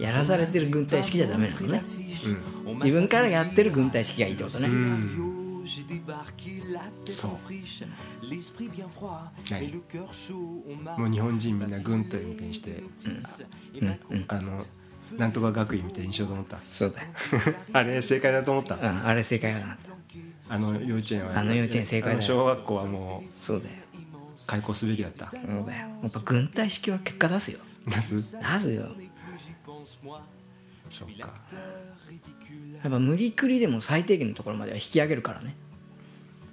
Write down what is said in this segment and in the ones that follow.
やらされてる軍隊式じゃダメなのね、自分からやってる軍隊式がいいってことね、そう何もう日本人みんな軍隊みたいにして、あのなんとか学院みたいにしよう と思ったそうだよ、あれ正解だと思ったうん、あれ正解だなあの幼稚園はあの幼稚園正解だよあの小学校はもうそうだよ開校すべきだったそうだよやっぱ軍隊式は結果出すよなす出すよそうかやっぱ無理くりでも最低限のところまでは引き上げるからね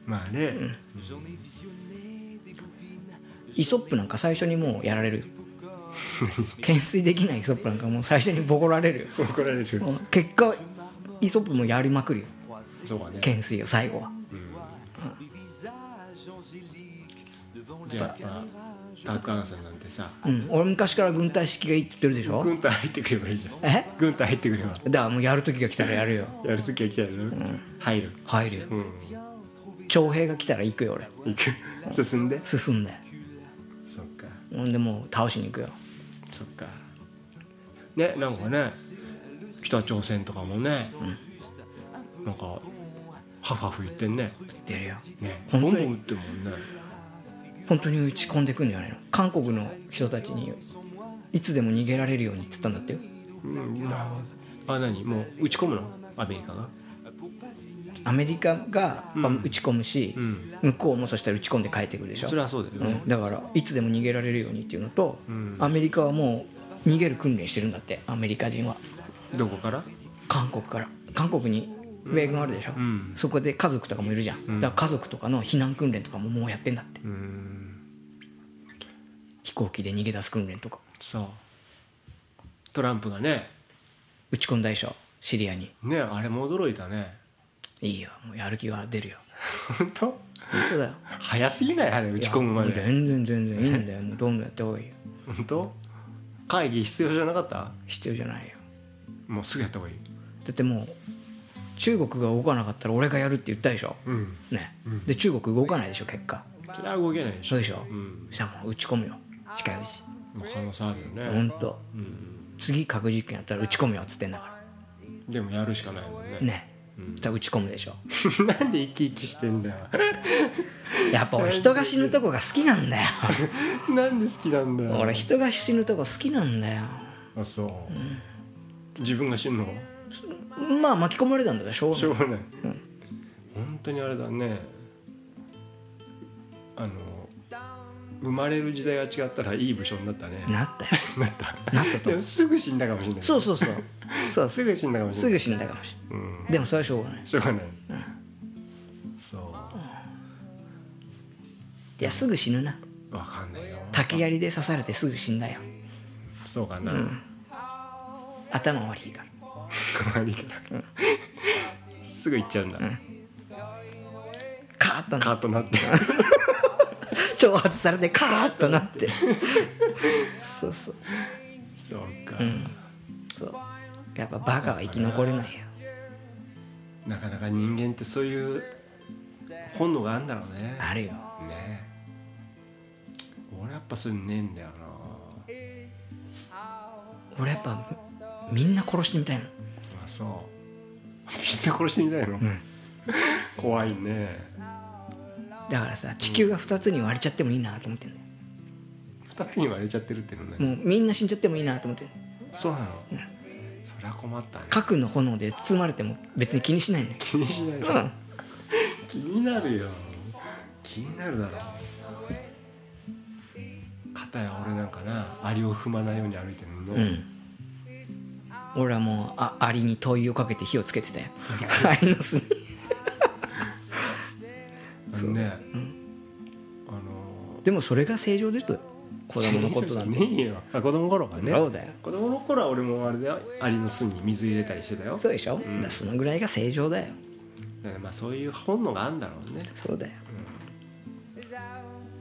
まあね、イソップなんか最初にもうやられるよ懸垂できないイソップなんかもう最初にボコられるよ怒られるもう結果イソップもやりまくるよそうかね懸垂を最後はじゃあタックアンさんなんてさうん俺昔から軍隊式がいいって言ってるでしょ軍隊入ってくればいいじゃんえ軍隊入ってくればだからもうやる時が来たらやるよやるときは来たら入る入るようん徴兵が来たら行くよ俺行く進んで進んでそっかほんでもう倒しに行くよそっかねなんかね北朝鮮とかもね、なんかハフハフ言ってんね出るよねボ本当ンボにン打ってるもんね本当に打ち込んでくんじゃないの韓国の人たちにいつでも逃げられるようにって言ったんだってようんなあ何もう打ち込むのアメリカがアメリカがまあ打ち込むし、ん向こうもそしたら打ち込んで帰ってくるでしょそれはそうだようね、んだからいつでも逃げられるようにっていうのと、んアメリカはもう逃げる訓練してるんだってアメリカ人はどこから韓国から韓国に米軍あるでしょ、んそこで家族とかもいるじゃん、だから家族とかの避難訓練とかももうやってんだって、うん飛行機で逃げ出す訓練とかそうトランプがね打ち込んだでしょシリアにねあれも驚いたねいいよもうやる気が出るよ本当本当だよ早すぎないあれ打ち込むまいやもうで全然全然いいんだよもうどんどんやってこいよ本当会議必要じゃなかった必要じゃないよもうすぐやった方がいいだってもう中国が動かなかったら俺がやるって言ったでしょ、うんね、で中国動かないでしょ結果それは動けないでしそうょでしょ、んそしたらもう打ち込むよ近いうちもう可能性あるよほんね、とうん、次核実験やったら打ち込むよっつってんだかでもやるしかないもんねらねそしたら打ち込むでしょ なんで生き生きしてんだよ やっぱ俺人が死ぬとこが好きなんだよなんで好きなんだよ俺人が死ぬとこ好きなんだよあそう、自分が死ぬのまあ巻き込まれたんだからしょうがしなょいうがない、本当にあれだねあの生まれる時代が違ったらいい武将になったねなったよ なったでもすぐ死んだかもしれないそうそう そうそうすぐ死んだかもしすれなぐい死んだかもしれうんないでもそれはしょうがないしょうがない、そういやすぐ死ぬなわかんないよ竹槍で刺されてすぐ死んだよそうか な、頭悪いから周りから、 すぐ行っちゃうんだ、カーッとなカートなって挑発されてカーッとなってそうそうそうか、そうやっぱバカは生き残れないよなかなか人間ってそういう本能があるんだろうねあるよね俺やっぱそういうのねえんだよな俺やっぱみんな殺してみたいのあそうみんな殺してみたいの、ん怖いねだからさ地球が2つに割れちゃってもいいなと思ってんだよ二つに割れちゃってるっていうのね、もうみんな死んじゃってもいいなと思ってんだよそうなの、そりゃ困ったね核の炎で包まれても別に気にしないんだよ気にしないで、うん気になるよ気になるだろ片や俺なんかなアリを踏まないように歩いてるのうね、ん俺はもうあアリに灯油をかけて火をつけて たよアリの巣にあのね、あのでもそれが正常でしょ子供のことだ ねねえよあ子供の頃がねそうだよ子供の頃は俺もあれだよアリの巣に水入れたりしてたよそうでしょ、んだからそのぐらいが正常だよだからまあそういう本能があるんだろうねそうだよ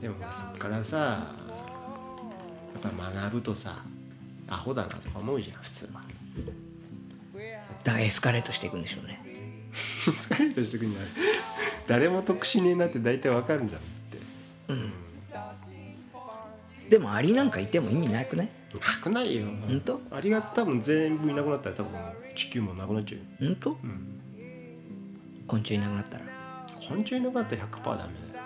でもまあそっからさやっぱ学ぶとさアホだなとか思うじゃん普通 はだからエスカレートしていくんでしょうねスカレートしてくんじゃない誰も得しねえなって大体わかるんじゃんってでもアリなんかいても意味なくないなくないよほんとありが多分全部いなくなったら多分地球もなくなっちゃうよ、ほんとうん、昆虫いなくなったら昆虫いなくなったら100%ダメだよ、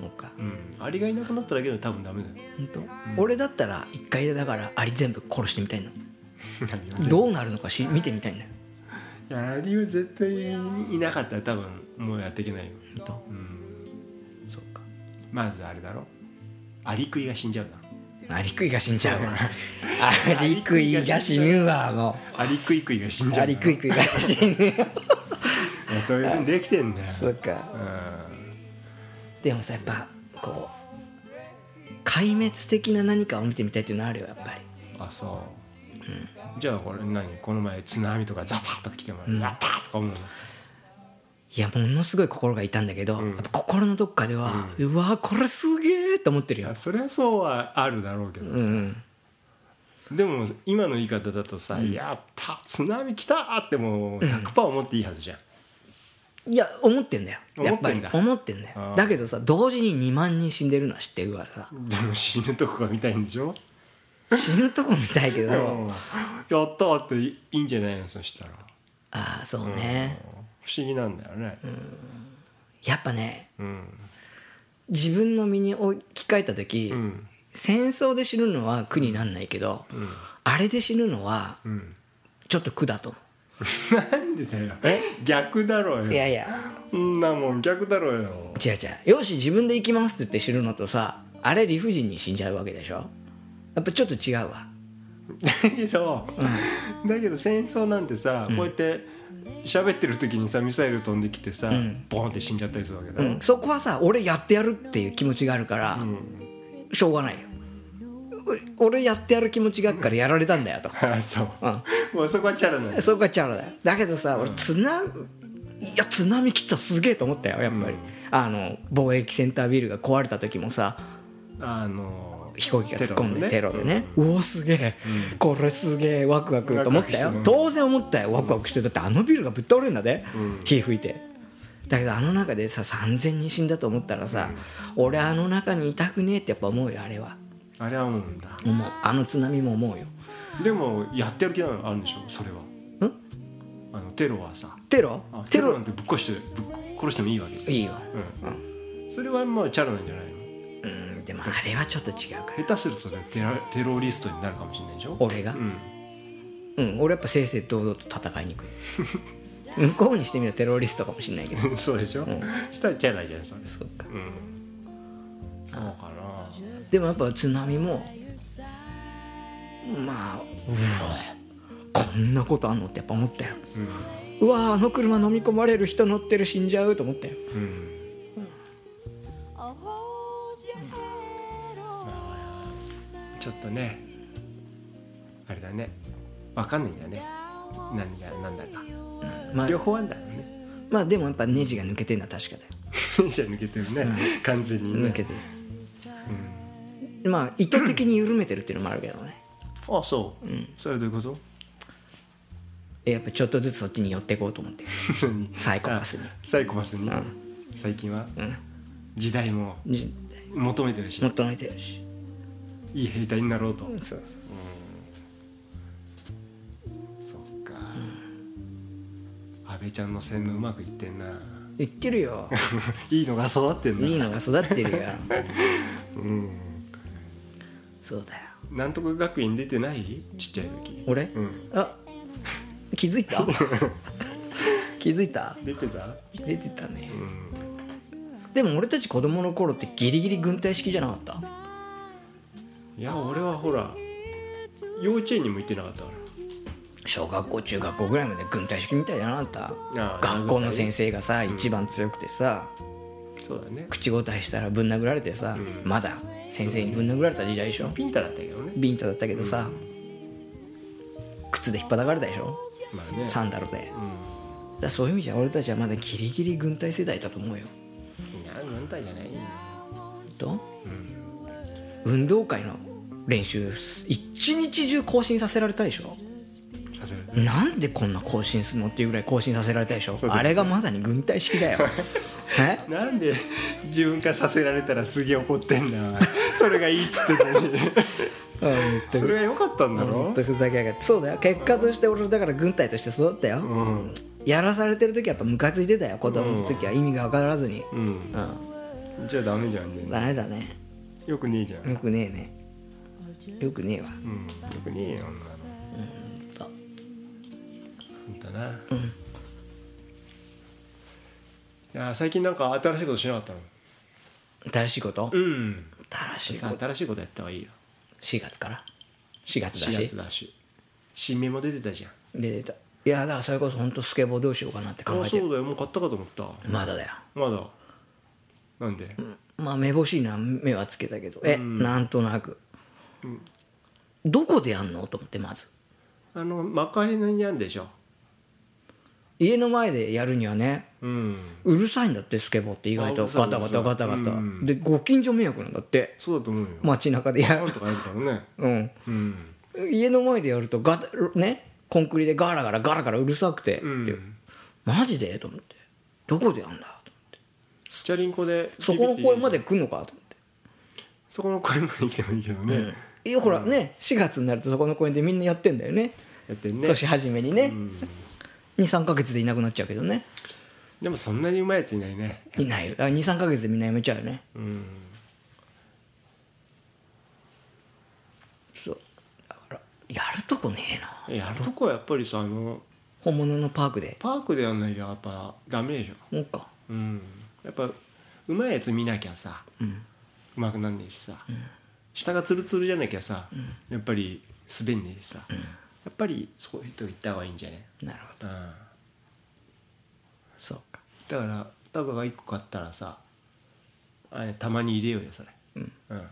そうかうん、アリがいなくなっただけで多分ダメだよほんと俺だったら一回だからアリ全部殺してみたいの何 を全部どうなるのかし見てみたいんだよいやアリは絶対いなかったら多分もうやっていけないよ、ほんとうん、そうかまずあれだろアリクイが死んじゃうだろアリクイが死んじゃうわ アリクイが死ぬわもアリクイクイが死んうじゃアうだリろクイクイが死 ぬいやそういうふうにできてんだよそうかうでもさやっぱこう壊滅的な何かを見てみたいっていうのはあるよやっぱりんあそうじゃあこれ何この前津波とかザバッと来てもやったーとか思うのいやものすごい心が痛んだけど、うんやっぱ心のどっかでは、うわーこれすげえと思ってるいよや、そりゃそうはあるだろうけどうんうさん、でも今の言い方だとさ「やった津波来た!」ってもう100%思っていいはずじゃんいや思ってんだよやっぱり思ってんだ思ってんだあよーだけどさ同時に2万人死んでるのは知ってるからさでも死ぬとこが見たいんでしょ死ぬとこ見たいけうんどやったーっていいんじゃないのそしたらああそうね、不思議なんだよねやっぱねうん自分の身に置き換えた時、うん戦争で死ぬのは苦になんないけど、んあれで死ぬのはうんちょっと苦だと思なんでだよ逆だろうよういやいやそんなもん逆だろうよ 違う違うよし自分で行きますって言って死ぬのとさあれ理不尽に死んじゃうわけでしょやっぱちょっと違うわだけど、だけど戦争なんてさ、こうやって喋ってる時にさミサイル飛んできてさ、んボーンって死んじゃったりするわけだうろ、ん、そこはさ俺やってやるっていう気持ちがあるから、んしょうがないよお俺やってやる気持ちがあるからやられたんだよと、 あそう、もうそこはチャラなんだそこがチャラだよだけどさ俺津波いや津波来たすげえと思ったよやっぱり、うんあの貿易センタービルが壊れた時もさあの飛行機が突っ込んでテテロロででねねうおすげえ、これすげえワクワクと思ったよワクワクしてる当然思ったよワクワクしてだってあのビルがぶっ倒れるんだで、うん火吹いてだけどあの中でさ3000人死んだと思ったらさ、俺あの中にいたくねえってやっぱ思うよあれはあれは思うんだ思うあの津波も思うよでもやってやる気なのあるんでしょそれはんあのテロはさテロあテテロなロんてぶっ殺してぶっ殺してもいいわけ、いいよ、うん、それはまあチャラなんじゃないのうん、でもあれはちょっと違うから下手するとねテラテロリストになるかもしれないでしょ俺がうん うん俺やっぱ正々堂々と戦いに行く 向こうにしてみればテロリストかもしれないけどそうでしょ、んしたらチャラじゃんそれそうかうんそうかなでもやっぱ津波もまあうわこんなことあんのってやっぱ思ったようわあの車飲み込まれる人乗ってる死んじゃうと思ったようん、うん、 I'll hold your head up. ちょっとねあれだねわかんないんだね何がなんだかまあ両方あんだよねまあでもやっぱネジが抜けてんのは確かだよ じゃあ抜けてるね、完全にね抜けてるまあ意図的に緩めてるっていうのもあるけどねあそう、それどういうことえやっぱちょっとずつそっちに寄っていこうと思 ってサイコパスにあサイコパスに、最近は、時代もじ 求めてるし、求めてるしいい兵隊になろうと、そうそっか、安倍ちゃんの洗脳うまくいってんな言ってるよ いいのが育ってんないいのが育ってるよ うんそうだよなんとか学院出てないちっちゃい時俺、うんあ気づいた 気づいた出てた出てたねうんでも俺たち子供の頃ってギリギリ軍隊式じゃなかったいや俺はほら幼稚園にも行ってなかったか小学校中学校ぐらいまで軍隊式みたいじゃなかったあ学校の先生がさ一番強くてさ、らそうだね口答えしたらぶん殴られてさ、んまだ先生にぶん殴られた時代でしょピンタだったけどねビンタだったけどさ、靴で引っ張かれたでしょまあねサンダルでだかうらそういう意味じゃ俺たちはまだギリギリ軍隊世代だと思うよんいや軍隊じゃないよとうん運動会の練習一日中更新させられたでしょさせるなんでこんな更新するのっていうぐらい更新させられたでしょあれがまさに軍隊 式だよえなんで自分からさせられたらすげえ怒ってんだお前それがいいっつってん のに本当そにれが良かったんだろ本当ふざけやがってそうだよ結果として俺だから軍隊として育ったよ、うんやらされてる時はやっぱムカついてたよ子供の時は意味が分からずにうんうん、じゃあダメじゃん全ダ然メだねよくねえじゃんよくねえねよくねえわうんよくねえよ女のと本当な、いや最近なんか新しいことしなかったの新しいことうん新しいさこと新しいことやった方がいいよ4月から4月だ4し月だし新芽も出てたじゃんで出たいやだからそれこそ本当スケボーどうしようかなって考あえてそるうだよもう買ったかと思ったまだだよまだなんで、まあ目星な目はつけたけどえ、うんなんとなく、どこでやんのと思ってまずあのマカリのにあんでしょ家の前でやるにはねうんうるさいんだってスケボーって意外あうとるさいガタガタガタガタ、うんでご近所迷惑なんだってそうだと思うよ街中でやなんるとかやるからねうんうん家の前でやるとガタねコンクリでガラガラガラガラうるさくて、うんっていうマジでと思ってどこでやん だとチャリンコでそこの声までで来んのかと思ってそこの声まで来てもいいけどね、やいやほらね4月になるとそこの公園でみんなやってんだよねってんね年初めにねうん23か月でいなくなっちゃうけどねでもそんなにうまいやついないねいないよ23か月でみんなやめちゃうよねうんそうだからやるとこねえなやるとこはやっぱりさあの本物のパークでパークでやんなきゃやっぱダメでしょもうかうんやっぱうまいやつ見なきゃさうんうまくなんねえしさ、下がツルツルじゃなきゃさ、やっぱり滑んねえしさ、やっぱりそういう人行った方がいいんじゃねなるほどうんそうかだからタカが1個買ったらさあれたまに入れようよそれうんうん、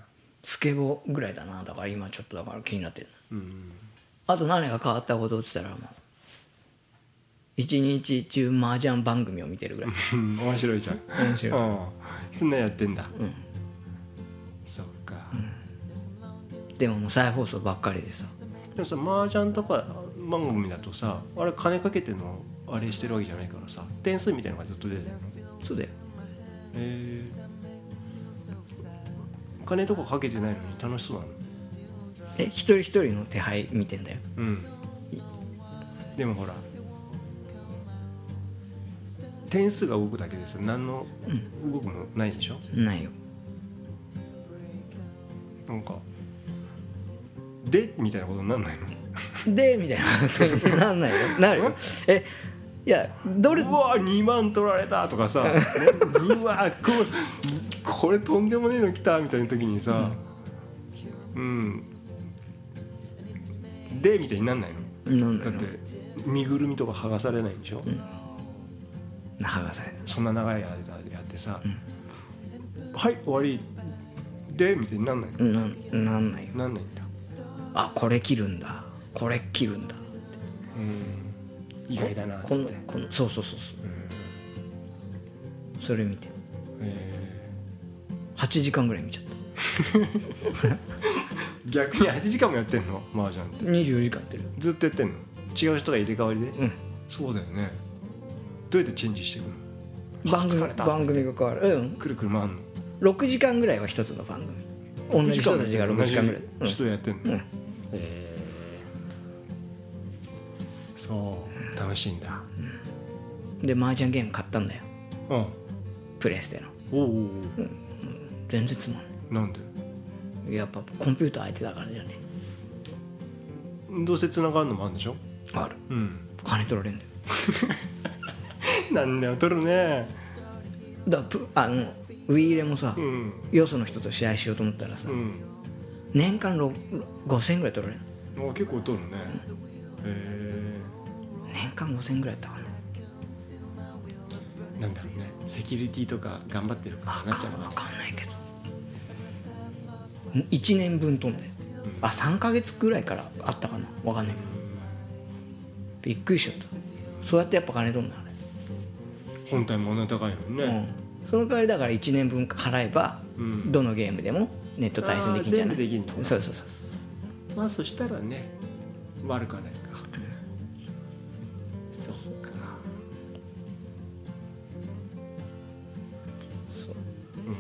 スケボーぐらいだなだから今ちょっとだから気になってるうん、あと何が変わったことって言ったらもう一日中麻雀番組を見てるぐらい面白いじゃん面白いうん、そんなんやってんだうんそっか、でももう再放送ばっかりでさでもさ麻雀とか番組だとさあれ金かけてのあれしてるわけじゃないからさ点数みたいなのがずっと出てるのそうだよえー、金とかかけてないのに楽しそうなのえ一人一人の手配見てんだようんでもほら点数が動くだけです何の動くもないでしょ、ないよなんかでみたいなことになんないのでみたいなことになん ないよなるよえいやどれうわ2万取られたとかさうわここれとんでもねえの来たみたいな時にさうん、でみたいになんないのなんだだろって身ぐるみとか剥がされないでしょ、う剥がされたそんな長い間やってさ「はい終わりで」みたいになんないの、なんなんないよなんないんだ、あこれ切るんだこれ切るんだ意外だなっつこっのて、このそうそうそうそうそれ見てえ8時間ぐらい見ちゃったー逆に8時間もやってんの麻雀って24時間やってるずっとやってんの違う人が入れ替わりで、うんそうだよねどうやってチェンジしていくの番組疲れた番組が変わるうんくるくる回んの6時間ぐらいは一つの番組同じ人たちが6時間ぐらい、う同んじ人やってんの、うんえーそう楽しいんだで麻雀ゲーム買ったんだようんおうプレステのおうおう全然つまんなんでないやっぱコンピューター相手だからじゃねどうせ繋がるのもあるんでしょあるうん金取られんだよなんだよ取るねだからプあのウィーレもさ、うんよその人と試合しようと思ったらさ、うん年間ろ5000円ぐらい取られるもう結構取るねえ年間5000円ぐらいだったかなーなんだろうねセキュリティとか頑張ってるからなっちゃうのか分ねかんないけど1年分とんだよ、あ3か月ぐらいからあったかな分かんないけどびっくりしちゃったそうやってやっぱ金取んだあ本体もお値高いのにれ、ね、うん、その代わりだから1年分払えば、うんどのゲームでもネット対戦できんじゃないあー全部できんのそうそうそうそうまあそしたらね悪くはないか、そっか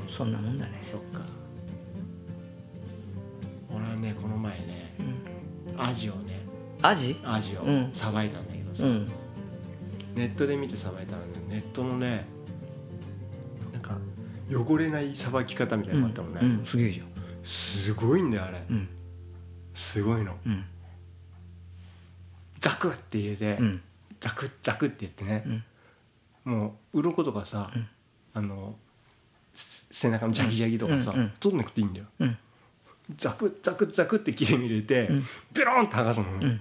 そんなもんだねそっかジをねアジアジをうんさばいたんだけどさ、うんネットで見てさばいたらねネットのねなんか汚れないさばき方みたいなのがあったのね、うんうんすげえじゃんすごいんだよあれ、うんすごいのうんザクって入れて、うんザクッザクって言ってね、もう鱗とかさ、あのす背中のジャギジャギとかさ、うんうんうん取んなくていいんだようんザクッザクッザクって切れ目入れて、ベロンって剥がすのね、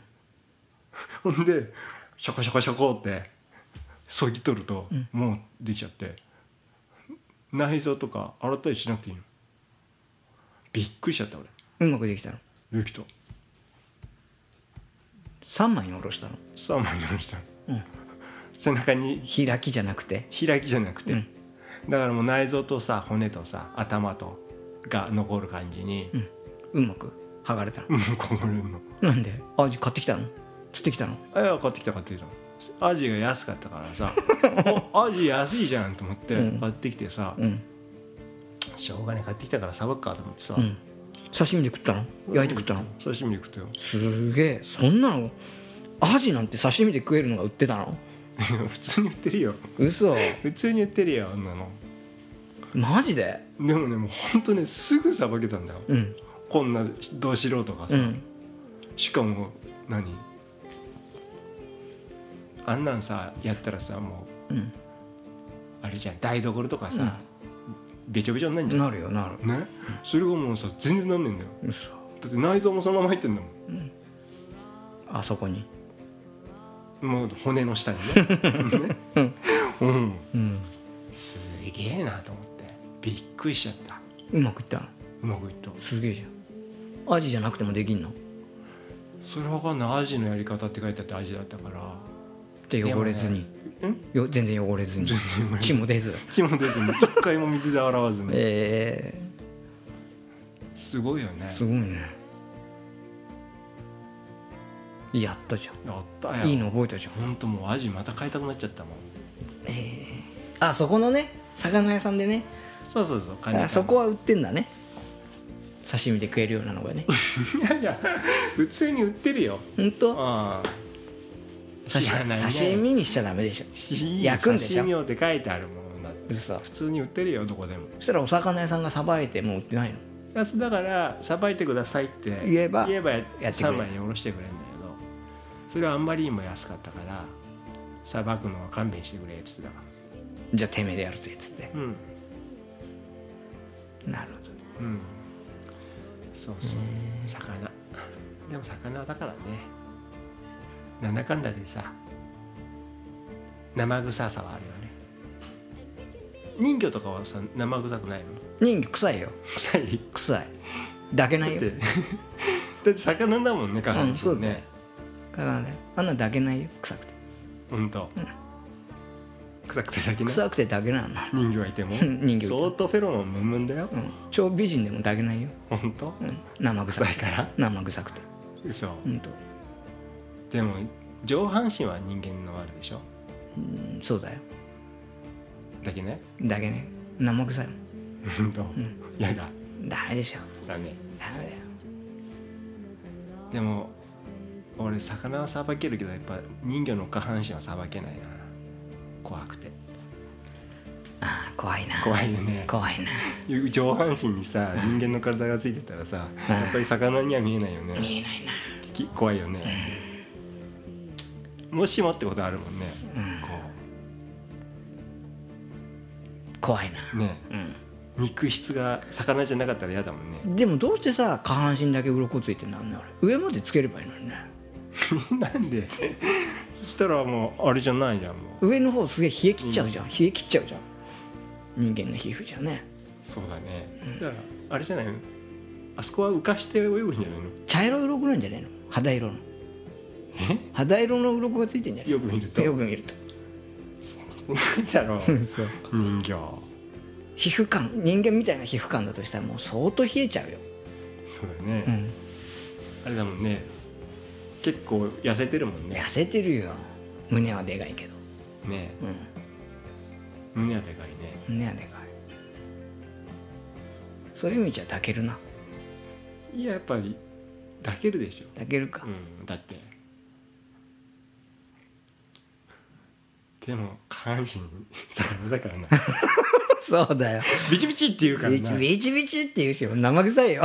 ほんでシャコシャコシャコってそぎ取ると、もうできちゃって内臓とか洗ったりしなくていいのびっくりしちゃったうまくできたの俺ルキと3枚におろしたの3枚におろしたの、うん背中に開きじゃなくて開きじゃなくて、うんだからもう内臓とさ骨とさ頭とが残る感じに、 うまく剥がれたのもうこぼれるのなんでアジ買ってきたの釣ってきたのあいや買ってきた買ってきたアジが安かったから さおアジ安いじゃんと思ってうん買ってきてさ、うんしょうがね買ってきたからさばくかと思ってさ、うん刺身で食ったの焼いて食ったの刺身で食ったよすげえそんなのアジなんて刺身で食えるのが売ってたの 普通に売ってるよ嘘普通に売ってるよあんなのマジででもねもうほんとねすぐさばけたんだよ、うんこんなど素人がさ、うんしかも何あんなんさやったらさもうんうあれじゃん台所とかさ、べちょべちょになるんじゃん、なるよなるねそれがもうさ全然なんねえんだよ嘘だって内臓もそのまま入ってんだもんあそこに もう骨の下にねねうんうんすげえなと思ってびっくりしちゃったうまくいったのうまくいったすげえじゃんアジじゃなくてもできんのっそれわかんないアジのやり方って書いてあってアジだったからて汚れずに、でもねよ全然汚れずにん血も出ず血も出ずに一回も水で洗わずにえすごいよねー、すごいねやったじゃやったよんいいの覚えたじゃん本当もうアジまた買いたくなっちゃったもんあそこのね魚屋さんでねそうそうそうカニカマあそこは売ってんだね刺身で食えるようなのがねい やいや普通に売ってるよほんとああ刺知らないね刺身にしちゃダメでしょし焼くんでしょ刺身用って書いてあるものだって嘘普通に売ってるよどこでもそしたらお魚屋さんがさばいてもう売ってないのだだからさばいてくださいって言えば言えばややってくれる3枚におろしてくれるんだけどそれはあんまりにも安かったからさばくのは勘弁してくれって言ってたかじゃあてめえでやるぜっつってらうんなるほどうんそうそう魚でも魚だからねなんだかんだでさ生臭さはあるよね人魚とかはさ生臭くないの人魚臭いよ臭い臭い抱けない だっよてだって魚だもんねう体んそうだよねからねあんな抱けないよ臭くてうんと、臭くてだけな臭くて抱けないの、人魚がいても人魚相当フェロモンムンムンだよ、うん、超美人でも抱けないよ、ほんとうん、生臭臭いくてから生臭くて嘘うんと、でも上半身は人間のあるでしょうん、そうだよだけね抱けない生臭いもうんと、やだんダメでしょだねダメだよでも俺魚はさばけるけどやっぱ人魚の下半身はさばけないな怖くてああ怖いな怖いよね怖いな上半身にさ人間の体がついてたらさうんやっぱり魚には見えないよね見えないなき怖いよねもしもってことあるもんね、こ怖いなうねう肉質が魚じゃなかったら嫌だもんねんでもどうしてさ下半身だけ鱗ついてんのあんな俺上までつければいいのにね なんでそしたらもうあれじゃないじゃんもう上の方すげえ冷え切っちゃうじゃん、冷え切っちゃうじゃん人間の皮膚じゃねそうだねだからあれじゃないのあそこは浮かして泳ぐんじゃないの茶色い鱗なんじゃねえの肌色のえ肌色の鱗がついてんじゃねよく見るとよく見るとない だろう人形皮膚感人間みたいな皮膚感だとしたらもう相当冷えちゃうよ、そうだよね、うん、あれだもんね結構痩せてるもんね痩せてるよ胸はでかいけど、ねうん、胸はでかいね胸はでかいそういう意味じゃ抱けるないややっぱり抱けるでしょ抱けるか、うん、だって手の下半身 魚だからなそうだよビチビチって言うからビチなビチビチって言うし生臭いよ